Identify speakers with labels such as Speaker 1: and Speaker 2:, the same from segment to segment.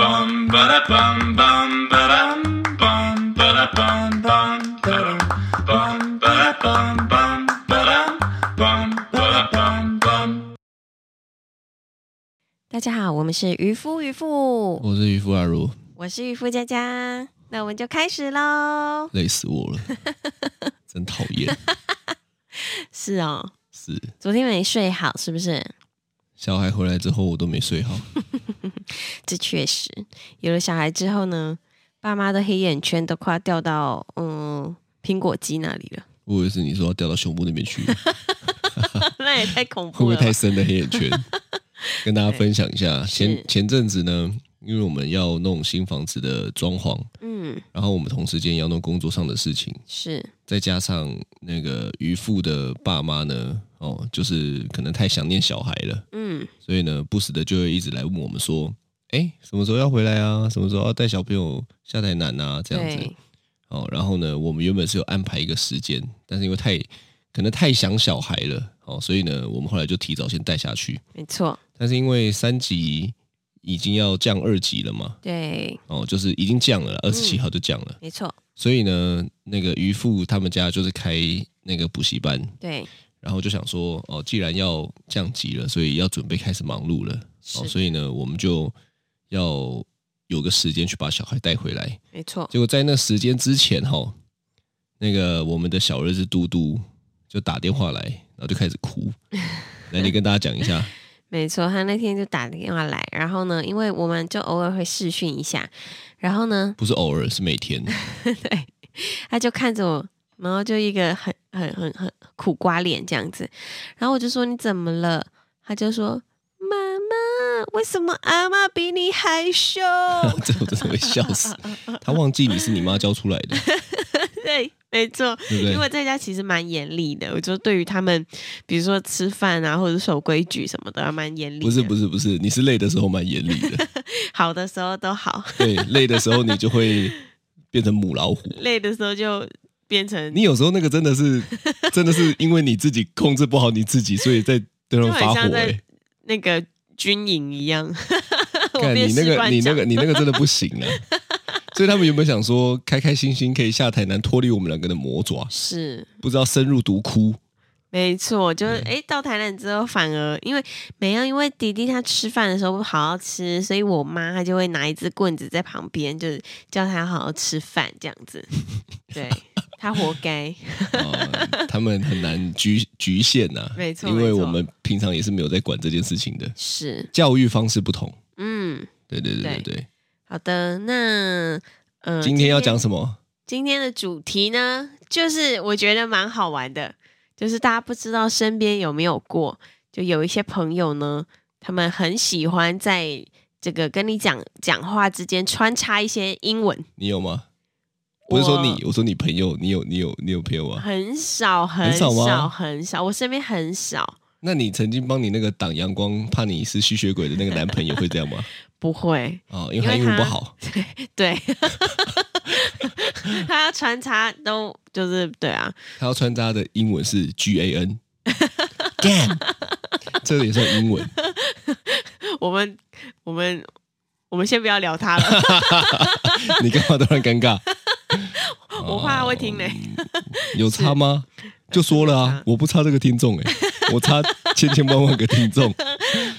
Speaker 1: bum ba da bum bum ba dum bum ba da bum bum ba dum bum ba da bum bum ba dum bum ba da bum bum.
Speaker 2: 大家好，我们是渔夫渔妇，
Speaker 3: 我是渔夫阿如，
Speaker 2: 我是渔夫佳佳，那我们就开始喽。
Speaker 3: 累死我了，真讨厌。
Speaker 2: 是哦，
Speaker 3: 是
Speaker 2: 昨天没睡好，是不是？
Speaker 3: 小孩回来之后，我都没睡好。
Speaker 2: 这确实，有了小孩之后呢，爸妈的黑眼圈都快要掉到嗯苹果肌那里了，
Speaker 3: 我以为是你说要掉到胸部那边去，会
Speaker 2: 那也太恐
Speaker 3: 不
Speaker 2: 怖
Speaker 3: 会
Speaker 2: 了吧。
Speaker 3: 太深的黑眼圈？跟大家分享一下，前
Speaker 2: 是
Speaker 3: 前阵子呢，因为我们要弄新房子的装潢，
Speaker 2: 嗯，
Speaker 3: 然后我们同时间也要弄工作上的事情，
Speaker 2: 是
Speaker 3: 再加上那个渔父的爸妈呢，哦，就是可能太想念小孩了，
Speaker 2: 嗯
Speaker 3: 所以呢，不时的就会一直来问我们说，哎，什么时候要回来啊？什么时候要带小朋友下台南啊？这样子。
Speaker 2: 对
Speaker 3: 哦，然后呢，我们原本是有安排一个时间，但是因为太可能太想小孩了，哦，所以呢，我们后来就提早先带下去。
Speaker 2: 没错，
Speaker 3: 但是因为三级已经要降二级了嘛，
Speaker 2: 对，
Speaker 3: 哦，就是已经降了啦，二十七号就降了，
Speaker 2: 没错，
Speaker 3: 所以呢，那个渔父他们家就是开那个补习班，
Speaker 2: 对，
Speaker 3: 然后就想说，哦，既然要降级了，所以要准备开始忙碌了，哦，
Speaker 2: 是
Speaker 3: 所以呢，我们就要有个时间去把小孩带回来。
Speaker 2: 没错，
Speaker 3: 结果在那时间之前哈，那个我们的小儿子嘟嘟就打电话来，然后就开始 哭。来，你跟大家讲一下，
Speaker 2: 没错，他那天就打电话来，然后呢，因为我们就偶尔会视讯一下，然后呢，
Speaker 3: 不是偶尔，是 每天。
Speaker 2: 对，他就看着我，然后就一个很很很很苦瓜脸这样子，然后我就说你怎么了？他就说妈妈，为什么阿妈比你还凶？
Speaker 3: 这我真的会笑死。他忘记你是你妈教出来的，
Speaker 2: 对，没错，
Speaker 3: 对不
Speaker 2: 因为
Speaker 3: 对？
Speaker 2: 在家其实蛮严厉的，我就对于他们，比如说吃饭啊，或者守规矩什么的，还蛮严厉的。
Speaker 3: 不是不是不是，你是累的时候蛮严厉的，
Speaker 2: 好的时候都好，
Speaker 3: 对，累的时候你就会变成母老虎。
Speaker 2: 累的时候就变成
Speaker 3: 你有时候那个真的 是，真的是因为你自己控制不好你自己，所以在对
Speaker 2: 就
Speaker 3: 人
Speaker 2: 很
Speaker 3: 发
Speaker 2: 像
Speaker 3: 火、
Speaker 2: 在
Speaker 3: 欸。
Speaker 2: 那个军营一样。 我
Speaker 3: 看
Speaker 2: 变
Speaker 3: 你那
Speaker 2: 士
Speaker 3: 个，
Speaker 2: 官
Speaker 3: 你那
Speaker 2: 长
Speaker 3: 个，你那个真的不行 了。所以他们原本想说，开开心心可以下台南，脱离我们两个的魔爪，
Speaker 2: 是
Speaker 3: 不知道深入毒窟。
Speaker 2: 没错，就是
Speaker 3: 嗯
Speaker 2: 哎、诶到台南之后反而因为没有，因为弟弟他吃饭的时候不好好吃，所以我妈她就会拿一支棍子在旁边，就是叫他好好吃饭这样子。对他活 该，
Speaker 3: 啊，他们很难局局限呐、
Speaker 2: 没错
Speaker 3: 因为
Speaker 2: 没错
Speaker 3: 我们平常也是没有在管这件事情的，
Speaker 2: 是
Speaker 3: 教育方式不同。
Speaker 2: 嗯，
Speaker 3: 对对对
Speaker 2: 对
Speaker 3: 对对，
Speaker 2: 好的，那呃，
Speaker 3: 今天要讲什么？
Speaker 2: 今天的主题呢，就是我觉得蛮好玩的，就是大家不知道身边有没有过，就有一些朋友呢，他们很喜欢在这个跟你讲讲话之间穿插一些英文，
Speaker 3: 你有吗？
Speaker 2: 我
Speaker 3: 不是说你，我说你朋友，你有你有你有朋友啊？
Speaker 2: 很少很
Speaker 3: 很少吗
Speaker 2: 少很少，我身边很少，
Speaker 3: 那你曾经帮你那个挡阳光，怕你是吸血鬼的那个男朋友会这样 吗？
Speaker 2: 不会，
Speaker 3: 啊，因为他英文不好，
Speaker 2: 对， 他要穿插都就是对啊，
Speaker 3: 他要穿插的英文是 G A N。Gan，这个也算英文。
Speaker 2: 我们我们我们先不要聊他了。
Speaker 3: 你干嘛突然尴尬？
Speaker 2: 我怕他会听嘞
Speaker 3: 哦有差吗？就说了
Speaker 2: 没
Speaker 3: 啊
Speaker 2: 差，
Speaker 3: 我不差这个听众哎、我差千千万万个听众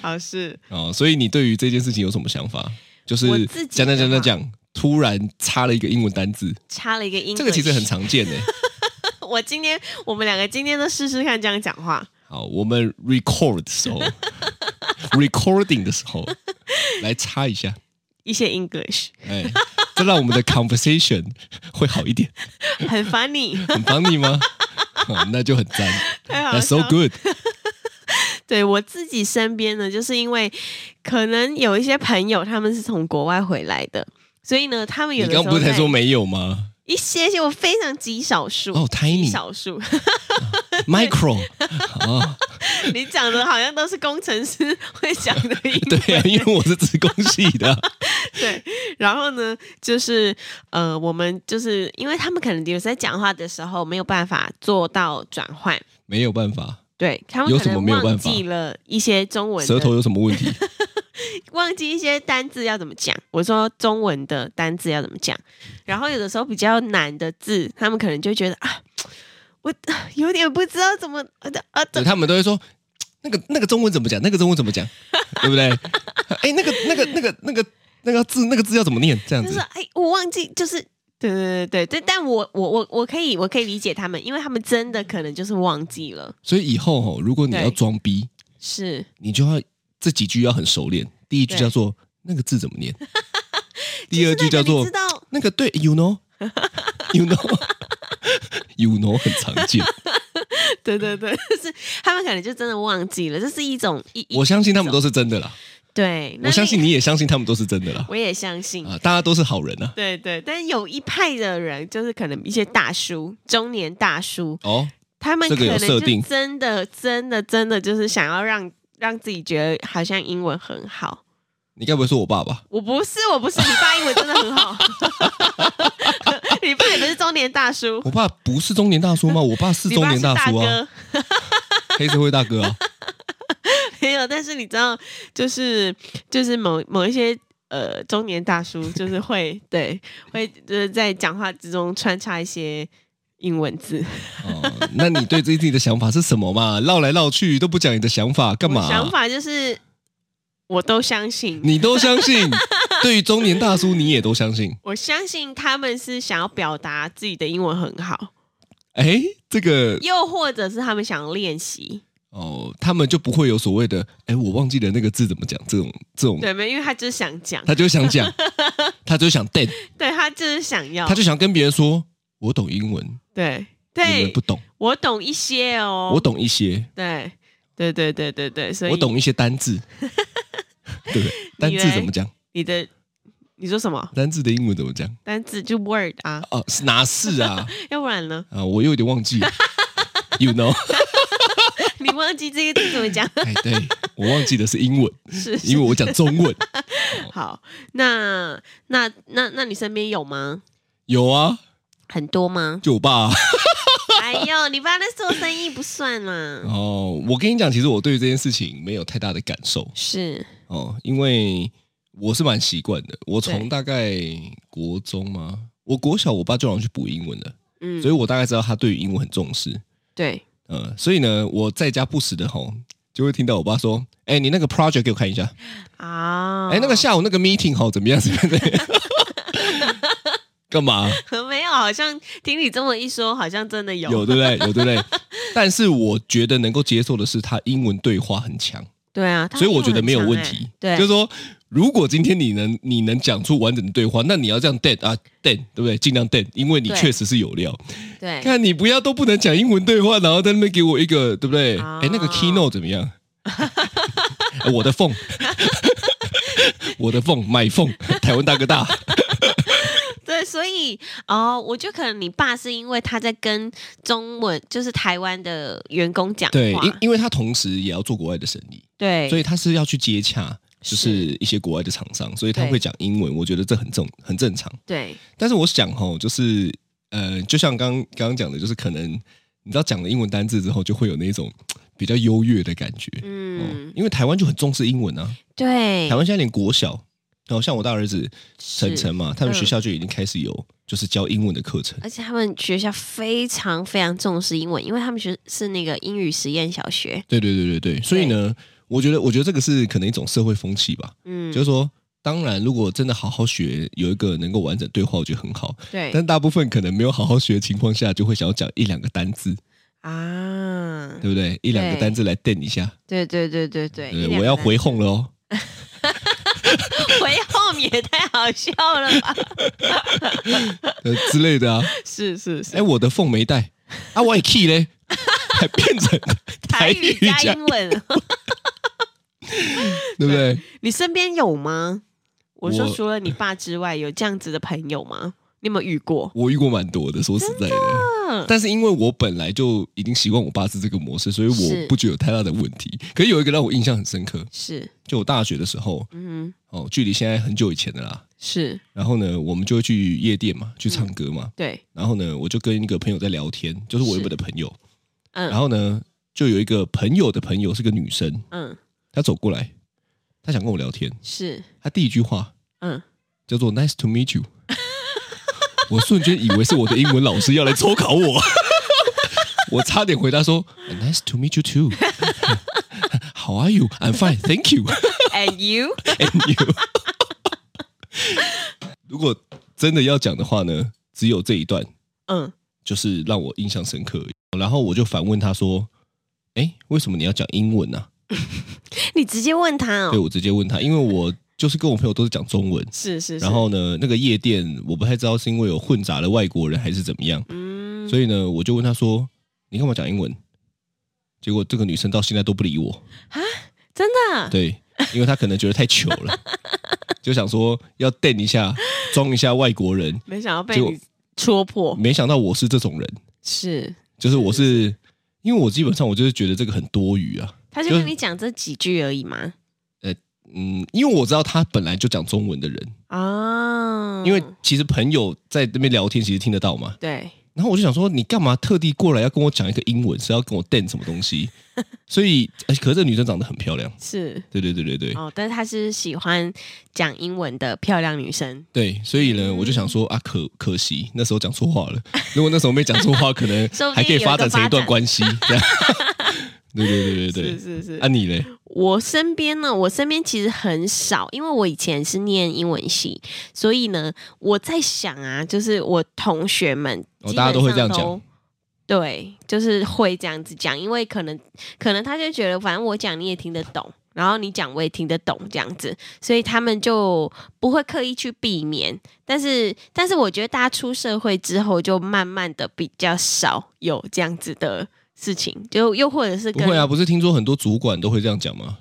Speaker 2: 好事，
Speaker 3: 哦。所以你对于这件事情有什么想法？就是
Speaker 2: 我自己
Speaker 3: 讲
Speaker 2: 的
Speaker 3: 讲讲
Speaker 2: 话
Speaker 3: 讲讲，突然插了一个英文单字，
Speaker 2: 插了一个英文，
Speaker 3: 这个其实很常见哎、
Speaker 2: 我今天我们两个今天都试试看这样讲话，
Speaker 3: 好，我们 record 的 时候，recording 的时候，来插一下，
Speaker 2: 一些 English
Speaker 3: 哎，这让我们的 conversation 会好一点。
Speaker 2: 很 funny，
Speaker 3: 很帮你吗？哦那就很赞
Speaker 2: 太好
Speaker 3: ，That's
Speaker 2: 笑
Speaker 3: so
Speaker 2: 了。
Speaker 3: good。
Speaker 2: 对我自己身边呢，就是因为可能有一些朋友他们是从国外回来的，所以呢，他们
Speaker 3: 你
Speaker 2: 有的时
Speaker 3: 刚
Speaker 2: 候
Speaker 3: 不是才
Speaker 2: 在
Speaker 3: 说没有吗
Speaker 2: 一些些，我非常极少数
Speaker 3: 哦
Speaker 2: 极
Speaker 3: ，tiny
Speaker 2: 少数，
Speaker 3: micro 啊，
Speaker 2: 你讲的好像都是工程师会讲的英文。
Speaker 3: 对啊，因为我是子宫系的，
Speaker 2: 对，然后呢，就是呃，我们就是因为他们可能有时在讲话的时候没有办法做到转换，
Speaker 3: 没有办法，
Speaker 2: 对他们
Speaker 3: 有
Speaker 2: 可
Speaker 3: 什么
Speaker 2: 能
Speaker 3: 没有办
Speaker 2: 忘
Speaker 3: 法
Speaker 2: 记了一些中文的
Speaker 3: 舌头有什么问题？
Speaker 2: 忘记一些单字要怎么讲。我说中文的单字要怎么讲，然后有的时候比较难的字，他们可能就觉得啊，我有点不知道怎么啊啊
Speaker 3: 对他们都会说那个那个中文怎么讲，那个中文怎么讲，对不对？哎，那个那个那个那个那个字那个字要怎么念？这样
Speaker 2: 就是
Speaker 3: 子
Speaker 2: 哎，我忘记，就是对对对对对，但我我我我可以我可以理解他们，因为他们真的可能就是忘记了，
Speaker 3: 所以以后吼、如果你
Speaker 2: 对
Speaker 3: 要装逼，
Speaker 2: 是
Speaker 3: 你就要这几句要很熟练。第一句
Speaker 2: 对
Speaker 3: 叫做那个字怎 么念，第二句叫
Speaker 2: 就
Speaker 3: 做
Speaker 2: 是那个
Speaker 3: 那个对，you know，you know，you know 很常
Speaker 2: 你
Speaker 3: 见。
Speaker 2: 知道，对对对，就是他们可能就真的忘记了，这是一种一一
Speaker 3: 我相信他们都是真的啦，
Speaker 2: 对，那
Speaker 3: 我相信
Speaker 2: 另
Speaker 3: 你也相信他们都是真的啦。
Speaker 2: 我也相信，
Speaker 3: 啊，大家都是好人啊。
Speaker 2: 对对，但有一派的人就是可能一些大叔、中年大叔，
Speaker 3: 哦，
Speaker 2: 他们
Speaker 3: 这
Speaker 2: 可
Speaker 3: 个有
Speaker 2: 能
Speaker 3: 设
Speaker 2: 就
Speaker 3: 定
Speaker 2: 真的真的真的就是想要让让自己觉得好像英文很好。
Speaker 3: 你该不会说我 爸吧？
Speaker 2: 我不是，我不是，你爸英文真的很好， 你爸也不是中年大叔，
Speaker 3: 我爸不是中年大叔吗？我爸 是
Speaker 2: 你
Speaker 3: 中
Speaker 2: 爸
Speaker 3: 年
Speaker 2: 是
Speaker 3: 叔啊，
Speaker 2: 哥，
Speaker 3: 黑社会大哥啊。
Speaker 2: 没有。但是你知道，就是就是某某一些呃中年大叔，就是会对会就是在讲话之中穿插一些英文字，
Speaker 3: 哦，那你对自己的想法是什么嘛？绕来绕去都不讲你的想法，干嘛、
Speaker 2: 我想法就是我都相信，
Speaker 3: 你都相信，对于中年大叔你也都相信。
Speaker 2: 我相信他们是想要表达自己的英文很好，
Speaker 3: 哎，这个
Speaker 2: 又或者是他们想要练习。
Speaker 3: 哦，他们就不会有所谓的哎，我忘记了那个字怎么讲，这种这种，
Speaker 2: 对，没有，因为他就是想讲，
Speaker 3: 他就 想讲，他就想 dead，
Speaker 2: 对他就是想要，
Speaker 3: 他就想跟别人说，我懂英文，
Speaker 2: 对
Speaker 3: 你
Speaker 2: 对
Speaker 3: 们不，懂，
Speaker 2: 我懂一些哦，
Speaker 3: 我，懂一些，
Speaker 2: 对对对对对对，所以
Speaker 3: 我懂一些单字， 对不对？单字怎么讲？
Speaker 2: 你的，你说什么
Speaker 3: 单字的英文怎么讲？
Speaker 2: 单字就 word 啊，
Speaker 3: 哦，是哪是啊？
Speaker 2: 要不然呢？
Speaker 3: 啊，我又有点忘记了，you know？
Speaker 2: 你忘记这个字怎么讲？
Speaker 3: 哎，对我忘记的是英文，
Speaker 2: 是是
Speaker 3: 因为我讲中文。
Speaker 2: 好，那那那那你身边有吗？
Speaker 3: 有啊，？
Speaker 2: 很多吗
Speaker 3: 就我爸、啊。
Speaker 2: 哎呦，你爸那做生意不算嘛？
Speaker 3: 哦，我跟你讲，其实我对于这件事情没有太大的感受
Speaker 2: 是，
Speaker 3: 哦，因为我是蛮习惯的。我从
Speaker 2: 对
Speaker 3: 大概国中嘛，我国小我爸就让我去补英文了，
Speaker 2: 嗯
Speaker 3: 所，以我大概知道他对于英文很重视。
Speaker 2: 对，
Speaker 3: 呃，所以呢，我在家不时的吼，就会听到我爸说：“哎、你那个 project 给我看一下。
Speaker 2: 啊，
Speaker 3: 哎、那个下午那个 meeting 吼怎么样？ 怎么样怎么样？干嘛？
Speaker 2: 没有，好像听你这么一说，好像真的有，
Speaker 3: 有对不对？有对不 对？但是我觉得能够接受的是，他英文对话很强，
Speaker 2: 对啊，他
Speaker 3: 所以我觉得
Speaker 2: 英文很
Speaker 3: 没有
Speaker 2: 强
Speaker 3: 问
Speaker 2: 欸
Speaker 3: 题。
Speaker 2: 对，
Speaker 3: 就是说，如果今天你能你能讲出完整的对话，那你要这样 dead 啊 dead，对不对？尽量 dead，因为你
Speaker 2: 对
Speaker 3: 确实是有料。
Speaker 2: 对，
Speaker 3: 看你不要都不能讲英文对话，然后在那边给我一个，对不对？哎、
Speaker 2: 啊
Speaker 3: 那个 keynote 怎么 样？哎我的凤，我的凤，买凤，台湾大哥大。
Speaker 2: 对，所以哦，我觉得可能你爸是因为他在跟中文，就是台湾的员工讲话，
Speaker 3: 对，因因为他同时也要做国外的生意，
Speaker 2: 对，
Speaker 3: 所以他是要去接洽，就是一些国外的厂商，所以他
Speaker 2: 对
Speaker 3: 会讲英文，我觉得这很正很正常。
Speaker 2: 对
Speaker 3: 但是我想吼，就是呃，就像刚刚刚讲的，就是可能你知道讲了英文单字之后，就会有那种嘖比较优越的感觉。嗯、
Speaker 2: 嗯，
Speaker 3: 因为台湾就很重视英文啊，
Speaker 2: 对，
Speaker 3: 台湾现在连国小，然后像我大儿子
Speaker 2: 是
Speaker 3: 晨晨嘛，他
Speaker 2: 嗯
Speaker 3: 们学校就已经开始有就是教英文的课程。
Speaker 2: 而且他们学校非常非常重视英文，因为他们学是那个英语实验小学，
Speaker 3: 对对对对对，所以呢，我觉得我觉得这个是可能一种社会风气吧，
Speaker 2: 嗯，
Speaker 3: 就是说。当然，如果真的好好学，有一个能够完整对话，我觉得很好。
Speaker 2: 对
Speaker 3: 但大部分可能没有好好学的情况下，就会想要讲一两个单字，
Speaker 2: 啊，
Speaker 3: 对不对？一两个
Speaker 2: 对
Speaker 3: 单字来垫一下。
Speaker 2: 对对对对对，一
Speaker 3: 对，
Speaker 2: 两
Speaker 3: 我
Speaker 2: 个
Speaker 3: 要
Speaker 2: 男
Speaker 3: 回哄了哦。
Speaker 2: 回 后面也太好笑了吧？
Speaker 3: 呃之类的啊。
Speaker 2: 是是是，
Speaker 3: 哎，我的凤没带啊，我也 key 嘞，还变成
Speaker 2: 台
Speaker 3: 语
Speaker 2: 语加
Speaker 3: 讲，
Speaker 2: 英 文，
Speaker 3: 对不对？
Speaker 2: 你身边有吗？我说
Speaker 3: 我
Speaker 2: 除了你爸之外，有这样子的朋友吗？你有没有遇过？
Speaker 3: 我遇过蛮多的，说实在的。
Speaker 2: 嗯，
Speaker 3: 但是因为我本来就已经习惯我爸是这个模式，所以我
Speaker 2: 是
Speaker 3: 不觉得有太大的问题。可是有一个让我印象很深刻，
Speaker 2: 是，
Speaker 3: 就我大学的时候，
Speaker 2: 嗯，
Speaker 3: 哦，距离现在很久以前的啦。
Speaker 2: 是
Speaker 3: 然后呢，我们就会去夜店嘛，去唱歌嘛。
Speaker 2: 对，
Speaker 3: 然后呢，我就跟一个朋友在聊天，就是我
Speaker 2: 嗯是
Speaker 3: 原本的朋友。
Speaker 2: 嗯
Speaker 3: 然后呢，就有一个朋友的朋友是个女生，
Speaker 2: 嗯，
Speaker 3: 她走过来，他想跟我聊天，
Speaker 2: 是，
Speaker 3: 他第一句话
Speaker 2: 嗯，
Speaker 3: 叫做 “Nice to meet you”，我瞬间以为是我的英文老师要来抽考我，我差点回答说 “Nice to meet you too”。How are you? I'm fine, thank you.
Speaker 2: And you？
Speaker 3: And you? 如果真的要讲的话呢，只有这一段
Speaker 2: 嗯，
Speaker 3: 就是让我印象深刻。然后我就反问他说：“哎，为什么你要讲英文呢、啊
Speaker 2: 你直接问他？”
Speaker 3: 对
Speaker 2: 哦。
Speaker 3: 我直接问他，因为我就是跟我朋友都是讲中文，
Speaker 2: 是是是。
Speaker 3: 然，后呢，那个夜店我不太知道是因为有混杂的外国人还是怎么样，
Speaker 2: 嗯，
Speaker 3: 所以呢，我就问他说：“你干嘛讲英文？”结果这个女生到现在都不理我，
Speaker 2: 真的，啊
Speaker 3: 对，因为她可能觉得太糗了，就想说要瞪一下，装一下外国人。
Speaker 2: 没想到被
Speaker 3: 结果
Speaker 2: 你戳破。
Speaker 3: 没想到我是这种人，
Speaker 2: 嗯是，
Speaker 3: 就是我是，因为我基本上我就是觉得这个很多余啊，
Speaker 2: 他就
Speaker 3: 就是
Speaker 2: 跟你讲这几句而已嘛。
Speaker 3: 嗯，因为我知道他本来就讲中文的人，
Speaker 2: 啊，
Speaker 3: 因为其实朋友在那边聊天，其实听得到嘛。
Speaker 2: 对，
Speaker 3: 然后我就想说，你干嘛特地过来要跟我讲一个英文，是要跟我瞪什么 东西？所以，呃可是这女生长得很漂亮，
Speaker 2: 是
Speaker 3: 对对对对对、
Speaker 2: 哦，但是他是喜欢讲英文的漂亮女生。
Speaker 3: 对，所以呢，我就想说啊，可可惜那时候讲错话了。 如果那时候没讲错话，可能
Speaker 2: 说不定
Speaker 3: 还可以发展成一
Speaker 2: 有一个发展
Speaker 3: 段关系。 这样对对对对
Speaker 2: 是
Speaker 3: 对，
Speaker 2: 是是
Speaker 3: 啊，你嘞？
Speaker 2: 我身边呢，我身边其实很少，因为我以前是念英文系，所以呢，我在想啊，就是我同学们
Speaker 3: 哦大家都会这样讲
Speaker 2: 基本上都，对，就是会这样子讲，因为可能可能他就觉得，反正我讲你也听得懂，然后你讲我也听得懂这样子，所以他们就不会刻意去避免。但是，但是我觉得大家出社会之后，就慢慢的比较少有这样子的事情，就又或者是
Speaker 3: 不
Speaker 2: 跟
Speaker 3: 会啊，不是听说很多主管都会这样讲吗？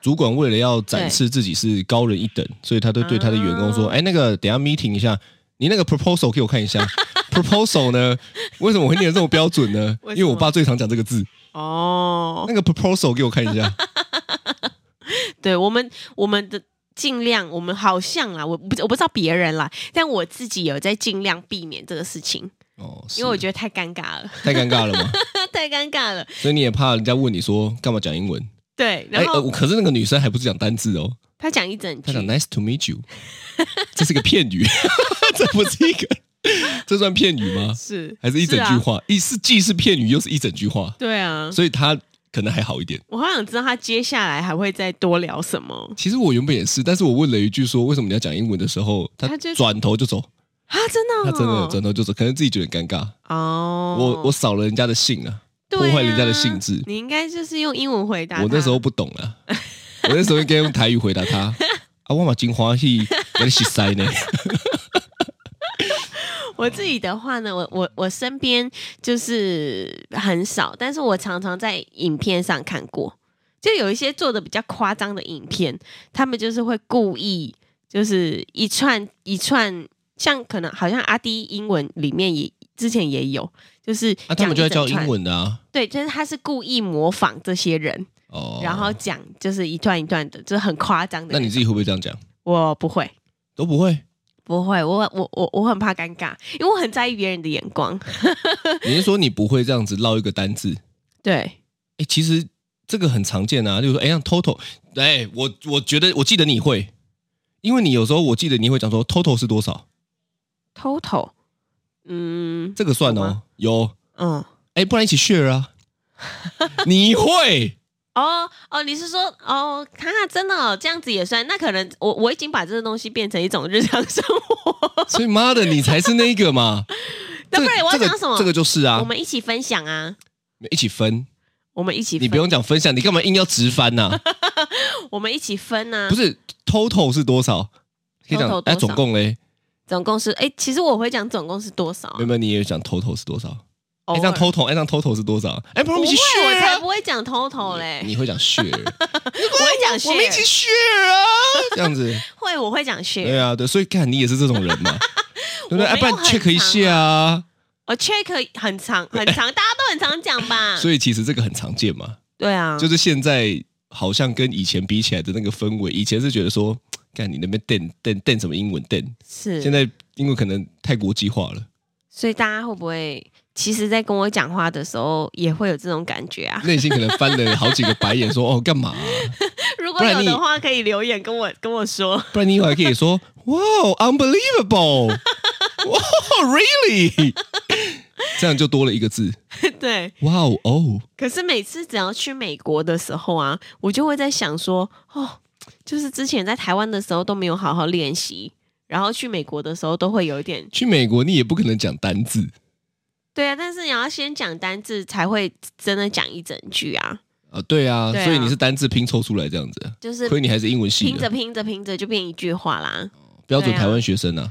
Speaker 3: 主管为了要展示自己是高人一等，所以他都对他的员工说：“
Speaker 2: 啊
Speaker 3: 哎、那个等一下 meeting 一下，你那个 proposal 给我看一下。proposal 呢，为什么我会念得这么标准呢？
Speaker 2: 为什么
Speaker 3: 因为我爸最常讲这个字。
Speaker 2: 哦
Speaker 3: 那个 proposal 给我看一 下，
Speaker 2: 对我们我们的尽量，我们好像啦，我不我不知道别人啦，但我自己有在尽量避免这个事情，
Speaker 3: 哦，
Speaker 2: 因为我觉
Speaker 3: 得
Speaker 2: 得太尴尬了，
Speaker 3: 太尴尬了 嘛，
Speaker 2: 太尴尬了。
Speaker 3: 所以你也怕人家问你说干嘛讲英文？
Speaker 2: 对，
Speaker 3: 哎、
Speaker 2: 然后
Speaker 3: 呃可是那个女生还不是讲单字哦，
Speaker 2: 他讲一整句
Speaker 3: 她讲 nice to meet you，这是个片语， 这不是一个，这算片语吗？
Speaker 2: 是
Speaker 3: 还是一整
Speaker 2: 啊
Speaker 3: 句话？一是既是片语，又是一整句话，
Speaker 2: 对啊，
Speaker 3: 所以他可能还好一点。
Speaker 2: 我好想知道他接下来还会再多聊什么
Speaker 3: 其实我原本也是，但是我问了一句说为什么你要讲英文的时候，他
Speaker 2: 他就
Speaker 3: 转头就走，
Speaker 2: 啊？真的、哦，
Speaker 3: 他真的转头就走，可能自己觉得很尴尬。
Speaker 2: 哦，
Speaker 3: 我我扫了人家的兴啊，
Speaker 2: 对
Speaker 3: 破坏
Speaker 2: 啊
Speaker 3: 人家的兴致
Speaker 2: 你应该就是用英文回答他。
Speaker 3: 我那时候不懂啊，我那时候应该用台语回答他 啊，我嘛金花戏给你洗塞呢，
Speaker 2: 我自己的话呢，我我我身边就是很少，但是我常常在影片上看过，就有一些做的比较夸张的影片，他们就是会故意就是一串一串，像可能好像阿迪英文里面也之前也有，就是
Speaker 3: 啊，他们就在
Speaker 2: 讲
Speaker 3: 教
Speaker 2: 一整串
Speaker 3: 英，文的啊，
Speaker 2: 对，就是他是故意模仿这些人，
Speaker 3: 哦，
Speaker 2: 然后讲就是一段一段的，就是很夸张的。
Speaker 3: 那你自己会不会这样讲？
Speaker 2: 我不会。
Speaker 3: 都不会，
Speaker 2: 不会，我我我我很怕尴尬，因为我很在意别人的眼光。
Speaker 3: 你是说你不会这样子绕一个单字？
Speaker 2: 对，
Speaker 3: 哎、其实这个很常见啊，就是说，哎、像 total，哎、我我觉得我记得你会，因为你有时候我记得你会讲说 total 是多少，
Speaker 2: total，嗯
Speaker 3: 这个算
Speaker 2: 有
Speaker 3: 哦
Speaker 2: 吗，
Speaker 3: 有，
Speaker 2: 嗯，
Speaker 3: 哎、不然一起 share 啊，你会，
Speaker 2: 哦哦，你是说哦，看看真的、哦、这样子也算？那可能我我已经把这个东西变成一种日常生活，
Speaker 3: 所以妈的，你才是那一个嘛，
Speaker 2: 那不然
Speaker 3: 这
Speaker 2: 我要
Speaker 3: 这个
Speaker 2: 讲什么
Speaker 3: 这个就是
Speaker 2: 我
Speaker 3: 啊，
Speaker 2: 们一起分享啊，
Speaker 3: 一起分，
Speaker 2: 我们一起分，
Speaker 3: 你不用讲分享，你干嘛硬要直翻呐、
Speaker 2: 我们一起分啊
Speaker 3: 不，是 total 是多少？可以讲
Speaker 2: total，
Speaker 3: 哎、
Speaker 2: 多少
Speaker 3: 总共嘞，
Speaker 2: 总共是哎，其实我会讲总共是多少、啊
Speaker 3: 没有，没有，你也讲 total 是多少？
Speaker 2: 偶
Speaker 3: 哎、
Speaker 2: 尔
Speaker 3: 这样 total，哎、这样 total 是多少？哎、不
Speaker 2: 不
Speaker 3: 然我
Speaker 2: 会，
Speaker 3: 们一起 share
Speaker 2: 我才
Speaker 3: 啊
Speaker 2: 不会讲 total 嘞，
Speaker 3: 你会讲 share。
Speaker 2: 我会讲 share，
Speaker 3: 我们一起 share 啊， 这样子。
Speaker 2: 会，我会讲
Speaker 3: 对
Speaker 2: share，
Speaker 3: 啊，对，所以看你也是这种 人嘛，对不
Speaker 2: 我没
Speaker 3: 对？
Speaker 2: 有
Speaker 3: 啊，不然
Speaker 2: 很
Speaker 3: check 一下啊。
Speaker 2: 我 check 很长很 长，大家都很常讲吧，
Speaker 3: 所以其实这个很常见嘛，
Speaker 2: 对啊，
Speaker 3: 就是现在好像跟以前比起来的那个氛围，以前是觉得说，看你那边瞪瞪瞪什么英文瞪，
Speaker 2: 是
Speaker 3: 现在因为可能太国际化了，
Speaker 2: 所以大家会不会，其实，在跟我讲话的时候，也会有这种感觉啊？
Speaker 3: 内心可能翻了好几个白眼，说哦干嘛啊、
Speaker 2: 如如
Speaker 3: 不
Speaker 2: 果
Speaker 3: 然
Speaker 2: 有
Speaker 3: 你
Speaker 2: 的话，可以留言跟我跟我说。
Speaker 3: 不然你以后还可以说哇，unbelievable，哇，really，这样就多了一个字，
Speaker 2: 对，
Speaker 3: 哇哦哦，
Speaker 2: 可是每次只要去美国的时候啊，我就会在想说，哦，就是之前在台湾的时候都没有好好练习，然后去美国的时候都会有一点
Speaker 3: 去美国你也不可能讲单字
Speaker 2: 对啊，但是你要先讲单字才会真的讲一整句啊，
Speaker 3: 啊，对啊，
Speaker 2: 对啊
Speaker 3: 所以你是单字拼凑出来这样子，
Speaker 2: 就是
Speaker 3: 亏你还是英文系
Speaker 2: 拼着
Speaker 3: 的，
Speaker 2: 拼着拼着就变一句话啦。
Speaker 3: 标准
Speaker 2: 对啊
Speaker 3: 台湾学生 啊，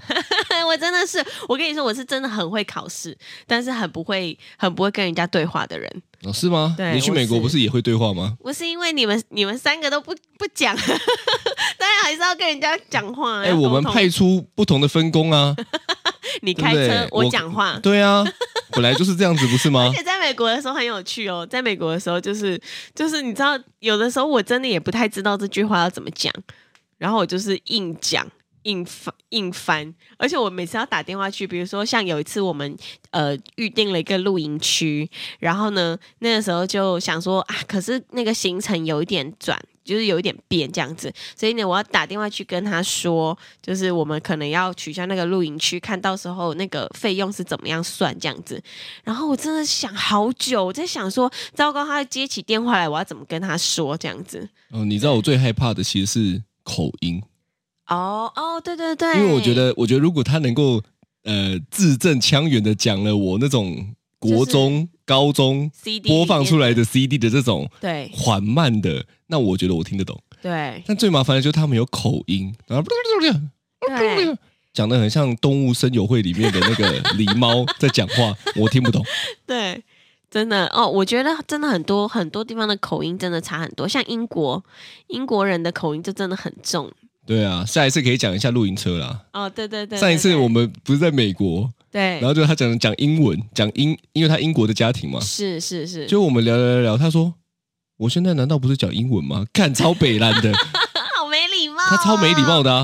Speaker 2: 我真的是，我跟你说，我是真的很会考试，但是很不会很不会跟人家对话的人。
Speaker 3: 哦是吗？
Speaker 2: 对
Speaker 3: 你去美国
Speaker 2: 我是
Speaker 3: 不是也会对话吗？
Speaker 2: 我是因为你们你们三个都不不讲， 当然还是要跟人家讲话。啊
Speaker 3: 哎、
Speaker 2: 嗯要沟
Speaker 3: 我们
Speaker 2: 通
Speaker 3: 派出不同的分工啊，
Speaker 2: 你
Speaker 3: 对
Speaker 2: 开
Speaker 3: 不对
Speaker 2: 车，我
Speaker 3: 我
Speaker 2: 讲话。
Speaker 3: 对 啊，本来就是这样子，不是吗
Speaker 2: 而？且在美国的时候很有趣哦，在美国的时候就是就是你知道，有的时候我真的也不太知道这句话要怎么讲，然后我就是硬讲。硬翻硬翻，而且我每次要打电话去，比如说像有一次我们呃预定了一个露营区，然后呢那个时候就想说啊，可是那个行程有一点转，就是有一点变这样子，所以呢我要打电话去跟他说，就是我们可能要取消那个露营区，看到时候那个费用是怎么样算这样子。然后我真的想好久，我在想说，糟糕，他接起电话来，我要怎么跟他说这样子？
Speaker 3: 哦，你知道我最害怕的其实是口音，
Speaker 2: 哦哦，对对对，
Speaker 3: 因为我觉得，我觉得如果他能够呃字正腔圆的讲了我那种国中、高中
Speaker 2: CD
Speaker 3: 播放出
Speaker 2: 来，
Speaker 3: 来的 CD 的这种
Speaker 2: 对
Speaker 3: 缓慢的，那我觉得我听得懂。
Speaker 2: 对
Speaker 3: 但最麻烦的就是他们有口音，然后
Speaker 2: 对，
Speaker 3: 讲的很像《动物森友会》里面的那个狸猫在讲话，我听 不懂。
Speaker 2: 对，真的哦，我觉得真的很多很多地方的口音真的差很多，像英国英国人的口音就真的很重。
Speaker 3: 对啊，下一次可以讲一下露营车啦。
Speaker 2: 哦，对对对，
Speaker 3: 上一次
Speaker 2: 对
Speaker 3: 我们不是在美国，
Speaker 2: 对
Speaker 3: 然后就他讲讲英文，讲英，因为他英国的家庭嘛，
Speaker 2: 是是是，
Speaker 3: 就我们聊聊聊聊，他说：“我现在难道不是讲英文吗？”看超北蓝 的，
Speaker 2: 好没礼貌、
Speaker 3: 他超没礼。貌的啊！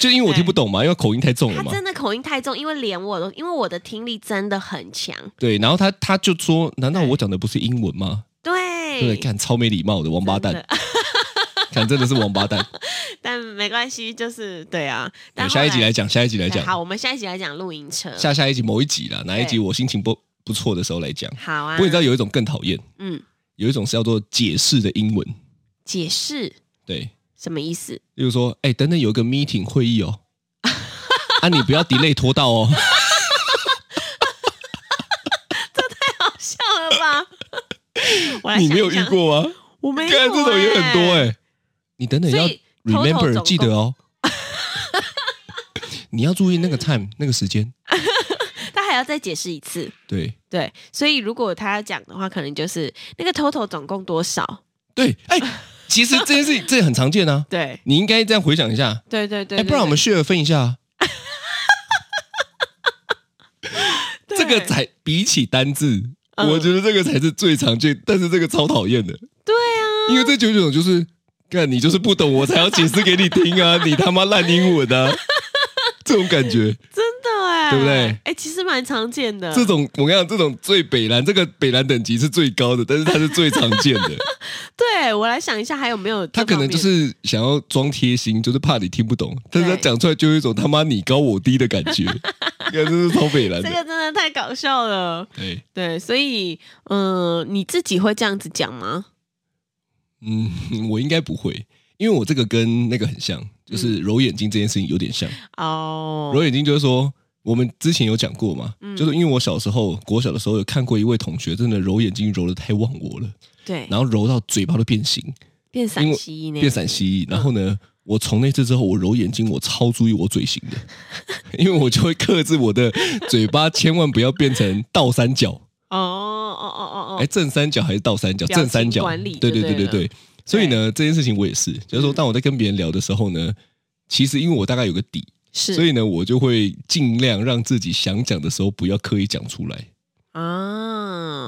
Speaker 3: 就因为我听不懂嘛，因为口音太重了
Speaker 2: 他
Speaker 3: 嘛。
Speaker 2: 真的口音太重，因为连我都，因为我的听力真的很强，
Speaker 3: 对，然后他他就说：“难道我讲的不是英文吗？”
Speaker 2: 对，
Speaker 3: 对，看超没礼貌的王八
Speaker 2: 真
Speaker 3: 蛋
Speaker 2: 的，
Speaker 3: 看真的是王八蛋。
Speaker 2: 但没关系，就是对啊。 但
Speaker 3: 对下一集来
Speaker 2: 讲，
Speaker 3: 讲，下一集来
Speaker 2: 对
Speaker 3: 讲，
Speaker 2: 好，我们下一集来讲露营车。
Speaker 3: 下下一集某一集啦，哪一集
Speaker 2: 对
Speaker 3: 我心情不不错的时候来讲。
Speaker 2: 好啊。
Speaker 3: 不过你知道有一种更讨厌，
Speaker 2: 嗯，
Speaker 3: 有一种是叫做解释的英文，
Speaker 2: 解释
Speaker 3: 对。
Speaker 2: 什么意思？
Speaker 3: 例如说，哎、等等，有一个 meeting 会 议哦，啊，你不要 delay 拖到哦。
Speaker 2: 好笑了吧？ 我来
Speaker 3: 你
Speaker 2: 想
Speaker 3: 没
Speaker 2: 一
Speaker 3: 有遇
Speaker 2: 想？
Speaker 3: 过吗？
Speaker 2: 我没有、
Speaker 3: 看这种也很多哎、
Speaker 2: 哎、
Speaker 3: 你等等
Speaker 2: 所
Speaker 3: 要
Speaker 2: 以 total 总
Speaker 3: remember
Speaker 2: 共
Speaker 3: 记得 哦，你要注意那个 time 那个时间。
Speaker 2: 他还要再解释一次。
Speaker 3: 对
Speaker 2: 对，所以如果他要讲的话，可能就是那个 total 总共多少？
Speaker 3: 对，哎、其实这件事情这很常见啊，
Speaker 2: 对，
Speaker 3: 你应该这样回想一下，
Speaker 2: 对对对
Speaker 3: 哎、不然我们 share 分一下啊。
Speaker 2: 对
Speaker 3: 这个才比起单字，
Speaker 2: 嗯
Speaker 3: 我觉得这个才是最常见，但是这个超讨厌的。
Speaker 2: 对啊，
Speaker 3: 因为这九九就是，干你就是不懂，我才要解释给你 听啊！你他妈烂英文啊！这种感觉，
Speaker 2: 真的哎、
Speaker 3: 对不对
Speaker 2: 哎、其实蛮常见的。
Speaker 3: 这种我跟你讲，这种最北蓝，这个北蓝等级是最高的，但是它是最常见 的。
Speaker 2: 对我来想一下，还有没有这
Speaker 3: 他
Speaker 2: 方面？
Speaker 3: 可能就是想要装贴心，就是怕你听不懂，但是他
Speaker 2: 对
Speaker 3: 讲出来就有一种他妈你高我低的感 觉，看这是超北
Speaker 2: 这
Speaker 3: 蓝的。哎
Speaker 2: 个真的太搞笑了。
Speaker 3: 对，
Speaker 2: 对，所以，嗯、你自己会这样子讲吗？
Speaker 3: 嗯， 我应该不会，因为我这个跟那个很像，就是揉眼睛这件事情有点像。
Speaker 2: 嗯哦、
Speaker 3: 揉眼睛就是说，我们之前有讲过嘛，
Speaker 2: 嗯
Speaker 3: 就是因为我小时候国小的时候有看过一位同学，真的揉眼睛揉的太忘我了，
Speaker 2: 对，
Speaker 3: 然后揉到嘴巴都变形，
Speaker 2: 变陕西音呢？
Speaker 3: 变陕
Speaker 2: 嗯
Speaker 3: 西。然后呢，我从那次之后，我揉眼睛我超注意我嘴型的， 因为我就会克制我的嘴巴，千万不要变成倒三角，
Speaker 2: 哦哦哦哦
Speaker 3: 哎，
Speaker 2: 哦，
Speaker 3: 正三角还是倒三角？
Speaker 2: 表情
Speaker 3: 正三角
Speaker 2: 管理，
Speaker 3: 对
Speaker 2: 就对
Speaker 3: 对
Speaker 2: 嗯
Speaker 3: 对
Speaker 2: 了
Speaker 3: 对。所以呢，这件事情我也是，就是说，当我在跟别人聊的时候呢，其实因为我大概有个底，
Speaker 2: 是，
Speaker 3: 所以呢，我就会尽量让自己想讲的时候不要刻意讲出来。
Speaker 2: 啊，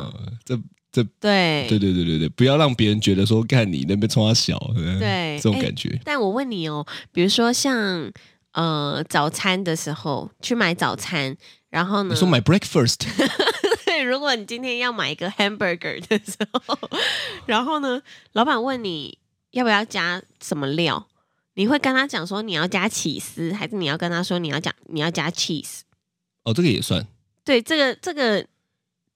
Speaker 3: 呃这这，
Speaker 2: 对
Speaker 3: 对对对对对，不要让别人觉得说，看你那边冲他小，呃
Speaker 2: 对
Speaker 3: 这种
Speaker 2: 哎
Speaker 3: 感觉。
Speaker 2: 但我问你哦，比如说像呃早餐的时候去买早餐，然后呢
Speaker 3: 你，说 买 breakfast，
Speaker 2: 对，如果你今天要买一个 hamburger 的时候，然后呢，老板问你要不要加什么料？你会跟他讲说你要加起司，还是你要跟他说你要讲你要加 cheese？
Speaker 3: 哦，这个也算。
Speaker 2: 对，这个这个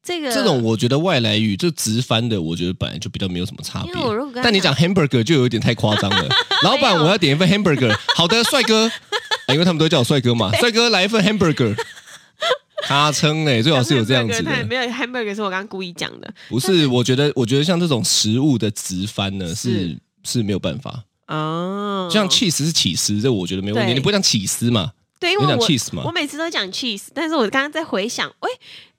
Speaker 2: 这个
Speaker 3: 这种我觉得外来语就直翻的，我觉得本来就比较没有什么差别
Speaker 2: 因为我如果跟。他哎
Speaker 3: 但你讲 hamburger 就有点太夸 张了。老板，我要点一份 hamburger。好的，帅哥、啊因为他们都会叫我帅哥嘛，帅哥来一份 hamburger。他称哎，最好是有这样子
Speaker 2: hamburger，他也
Speaker 3: 的。
Speaker 2: 没有 hamburger 是我刚刚故意讲的
Speaker 3: 不是，我觉得，我觉得像这种食物的直翻呢，是是没有办法。
Speaker 2: 哦。
Speaker 3: 像 cheese 是起司，这我觉得没问题。
Speaker 2: 对
Speaker 3: 你不会讲起司嘛？
Speaker 2: 对，因
Speaker 3: 你
Speaker 2: 为
Speaker 3: 讲
Speaker 2: 我
Speaker 3: cheese 嘛
Speaker 2: 我每次都讲 cheese，但是我刚刚在回想，喂，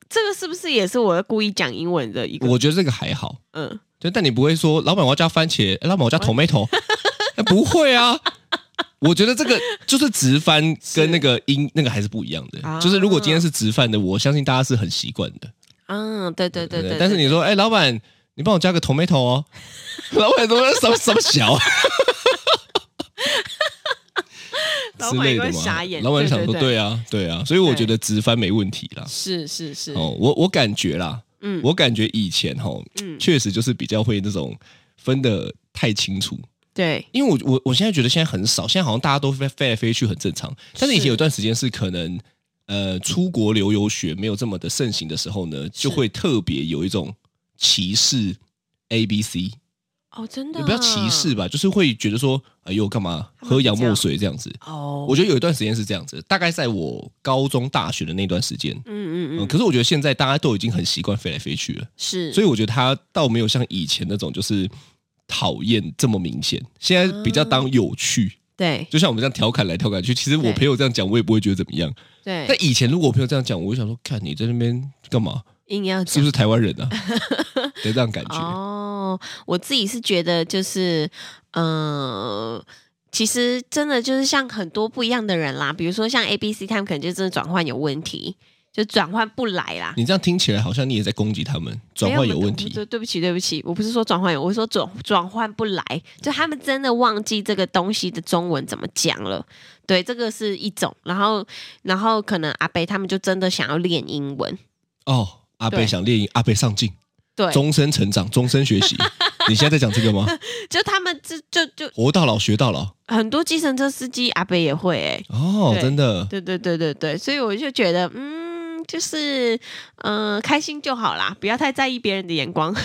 Speaker 2: 这个是不是也是我故意讲英文的一个？
Speaker 3: 我觉得这个还好。
Speaker 2: 嗯，
Speaker 3: 对，但你不会说老板我要加 番茄，诶老板我要加 tomato，哎不会啊。我觉得这个就是直翻跟那个音那个还是不一样的。
Speaker 2: 啊
Speaker 3: 就是如果今天是直翻的，我相信大家是很习惯的。
Speaker 2: 啊，对对对对，
Speaker 3: 但是你说，哎、老板，你帮我加个 tomato 哦，老板怎么什么什么小
Speaker 2: 老
Speaker 3: 之
Speaker 2: 板
Speaker 3: 类
Speaker 2: 也
Speaker 3: 的
Speaker 2: 会
Speaker 3: 嘛
Speaker 2: 傻眼，
Speaker 3: 老板想说，
Speaker 2: 对，
Speaker 3: 对啊，对啊，所以我觉得直翻没问题啦。
Speaker 2: 是是是，
Speaker 3: 哦，我我感觉啦，
Speaker 2: 嗯，
Speaker 3: 我感觉以前哦，
Speaker 2: 嗯
Speaker 3: 确实就是比较会那种分的太清楚，
Speaker 2: 对
Speaker 3: 因为我我我现在觉得现在很少，现在好像大家都飞飞来飞去很正常。但是以前
Speaker 2: 是
Speaker 3: 有段时间是可能呃出国留游学没有这么的盛行的时候呢，就会特别有一种歧视 A B C，也
Speaker 2: 哦，真的
Speaker 3: 不要歧视吧，就是会觉得说哎呦干嘛
Speaker 2: 他们
Speaker 3: 喝
Speaker 2: 比较
Speaker 3: 洋墨水这样子。
Speaker 2: 哦，
Speaker 3: 我觉得有一段时间是这样子，大概在我高中大学的那段时间。
Speaker 2: 嗯嗯
Speaker 3: 嗯，
Speaker 2: 嗯，
Speaker 3: 可是我觉得现在大家都已经很习惯飞来飞去了，
Speaker 2: 是，
Speaker 3: 所
Speaker 2: 以
Speaker 3: 以我觉得他倒没有像以前那种就是讨厌这么明显，现在比较当有趣。
Speaker 2: 对
Speaker 3: 就像我们这样调侃来调侃去，其实我
Speaker 2: 嗯对
Speaker 3: 朋友这样讲，我也不会觉得怎么样。但
Speaker 2: 对，
Speaker 3: 以前如果我朋友这样讲，我就想说，看你在那边干 嘛？
Speaker 2: 硬要
Speaker 3: 是
Speaker 2: 讲
Speaker 3: 不是台 湾人啊？的这样感觉。
Speaker 2: 哦，我自己是觉得就是，呃，其实真的就是像很多不一样的人啦，比如说像 A、B、C，他们可能就真的转换有问题，就转换不来啦。
Speaker 3: 你这样听起来好像你也在攻击他们，转换有问
Speaker 2: 没我
Speaker 3: 题。
Speaker 2: 对对不起，对不起，我不是说转换有，我是说转转换不来，就他们真的忘记这个东西的中文怎么讲了。对，这个是一种，然后然后可能阿北他们就真的想要练英文，
Speaker 3: 哦，阿贝
Speaker 2: 对
Speaker 3: 想练，阿贝上进，
Speaker 2: 对，
Speaker 3: 终身成长，终身学 习。你现在在讲这个吗？
Speaker 2: 就他们就就就
Speaker 3: 活到老学到老。
Speaker 2: 很多计程车司机阿北也会哎、
Speaker 3: 哦，
Speaker 2: 对
Speaker 3: 真的。
Speaker 2: 对对对对对，所以我就觉得，嗯，就是，嗯、开心就好啦，不要太在意别人的眼光。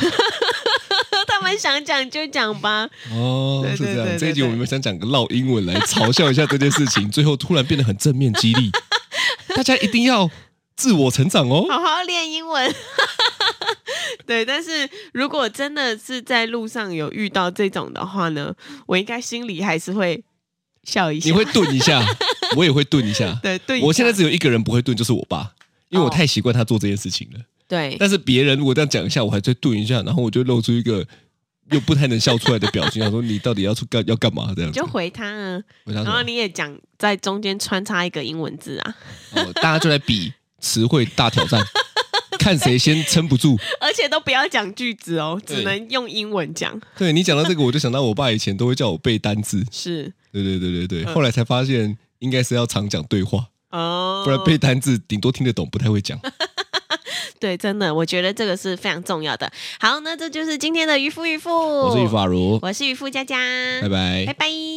Speaker 2: 他们想讲就讲吧，
Speaker 3: 哦，
Speaker 2: 对
Speaker 3: 是
Speaker 2: 对
Speaker 3: 这
Speaker 2: 对
Speaker 3: 样。这一集
Speaker 2: 对
Speaker 3: 我们有没有想讲个绕英文来嘲笑一下这件事情，最后突然变得很正面激励，大家一定要自我成长 哦。
Speaker 2: 好好练英文。 对，但是如果真的是在路上有遇到这种的话呢，我应该心里还是会笑一下。
Speaker 3: 你会顿一下，我也会顿一下。
Speaker 2: 对对一下，
Speaker 3: 我现在只有一个人不会顿，就是我爸，因为
Speaker 2: 哦
Speaker 3: 我太习惯他做这件事情了。
Speaker 2: 对
Speaker 3: 但是别人如果这样讲一下，我还在顿一下，然后我就露出一个又不太能笑出来的表情，想说你到底要出干要干嘛这样
Speaker 2: 你
Speaker 3: 子
Speaker 2: 就。回他啊，
Speaker 3: 我想
Speaker 2: 然后
Speaker 3: 说，
Speaker 2: 你也讲在中间穿插一个英文字 啊，
Speaker 3: 哦大家就在比词汇大挑战，看谁先撑不住。
Speaker 2: 而且都不要讲句子哦，只
Speaker 3: 对
Speaker 2: 能用英文讲。
Speaker 3: 对你讲到这个，我就想到我爸以前都会叫我背单字，
Speaker 2: 是
Speaker 3: 对对对
Speaker 2: 嗯
Speaker 3: 对对，后来才发现应该是要常讲对话，
Speaker 2: 哦，
Speaker 3: 不然背单字顶多听得懂，不太会讲。
Speaker 2: 对，真的，我觉得这个是非常重要的。好，那这就是今天的渔夫渔夫，
Speaker 3: 我是于，法如，
Speaker 2: 哦我是渔夫佳佳，
Speaker 3: 拜拜
Speaker 2: 拜。拜